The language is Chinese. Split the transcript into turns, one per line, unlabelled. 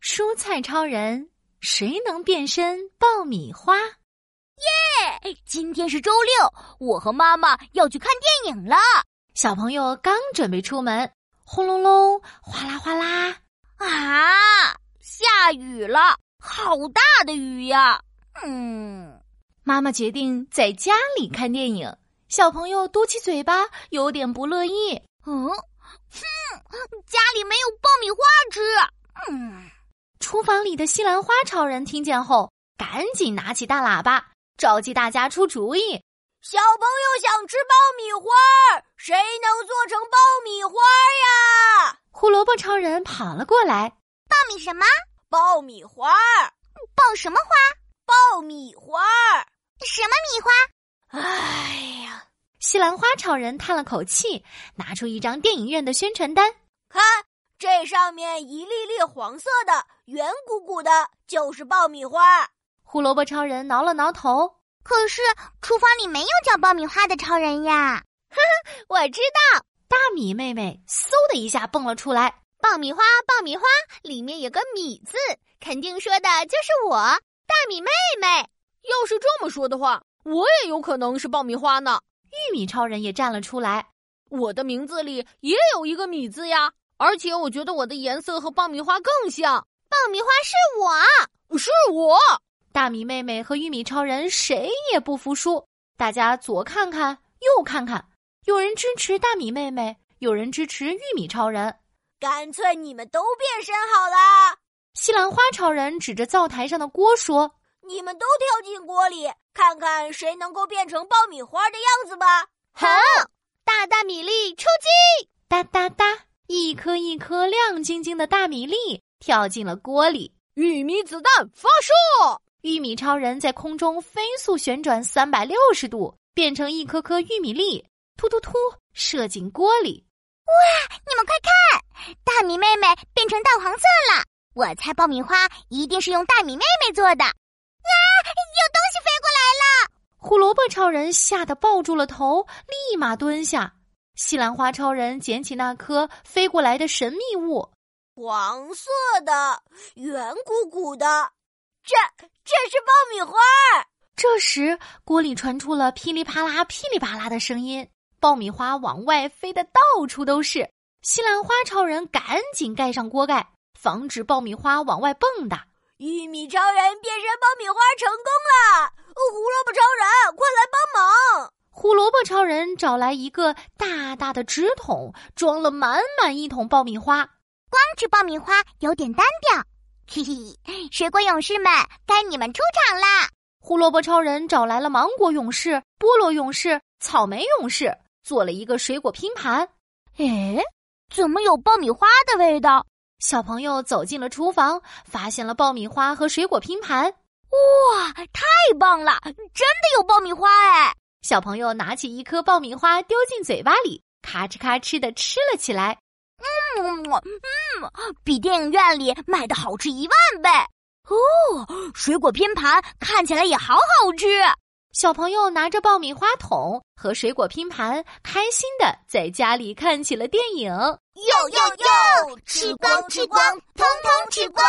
蔬菜超人，谁能变身爆米花？
耶！ 今天是周六，我和妈妈要去看电影了。
小朋友刚准备出门，轰隆隆，哗啦哗啦，
啊！下雨了，好大的雨呀！嗯，
妈妈决定在家里看电影。小朋友嘟起嘴巴，有点不乐意。
嗯，哼，家里没有爆米花吃。嗯，
厨房里的西兰花超人听见后，赶紧拿起大喇叭，召集大家出主意。
小朋友想吃爆米花，谁能做成爆米花呀？
胡萝卜超人跑了过来。
爆米什么？爆米花。爆什么花？爆米花。什么米花？哎呀，
西兰花超人叹了口气，拿出一张电影院的宣传单。
看。这上面一粒粒黄色的、圆鼓鼓的，就是爆米花。
胡萝卜超人挠了挠头，
可是厨房里没有叫爆米花的超人 呀！
呵呵，我知道，
大米妹妹嗖的一下蹦了出来。
爆米花，爆米花，里面有个米字，肯定说的就是我，大米妹妹。
要是这么说的话，我也有可能是爆米花呢。
玉米超人也站了出来，
我的名字里也有一个米字呀。而且我觉得我的颜色和爆米花更像。
爆米花是
我，是我。
大米妹妹和玉米超人谁也不服输，大家左看看，右看看，有人支持大米妹妹，有人支持玉米超人。
干脆你们都变身好啦！
西兰花超人指着灶台上的锅说：“
你们都跳进锅里，看看谁能够变成爆米花的样子吧！”
好，大大米粒出击！
哒哒哒。一颗一颗亮晶晶的大米粒跳进了锅里，
玉米子弹发射！
玉米超人在空中飞速旋转三百六十度，变成一颗颗玉米粒，突突突射进锅里。
哇！你们快看，大米妹妹变成淡黄色了。我猜爆米花一定是用大米妹妹做的。啊！
有东西飞过来了！
胡萝卜超人吓得抱住了头，立马蹲下。西兰花超人捡起那颗飞过来的神秘物，
黄色的，圆鼓鼓的，这这是爆米花。
这时，锅里传出了噼里啪啦、噼里啪啦的声音，爆米花往外飞的到处都是。西兰花超人赶紧盖上锅盖，防止爆米花往外蹦的。
玉米超人变身爆米花成功了！呃胡萝卜超人，快来帮忙！
胡萝卜超人找来一个大大的纸筒，装了满满一桶爆米花。
光吃爆米花有点单调，嘿嘿！水果勇士们，该你们出场啦！
胡萝卜超人找来了芒果勇士、菠萝勇士、草莓勇士，做了一个水果拼盘。
诶，怎么有爆米花的味道？
小朋友走进了厨房，发现了爆米花和水果拼盘。
哇，太棒了！真的有爆米花哎！
小朋友拿起一颗爆米花丢进嘴巴里，咔哧咔哧的吃了起来。
嗯嗯，比电影院里卖的好吃一万倍。哦，水果拼盘看起来也好好吃。
小朋友拿着爆米花桶和水果拼盘，开心的在家里看起了电影。
哟哟哟，吃光吃光，通通吃光！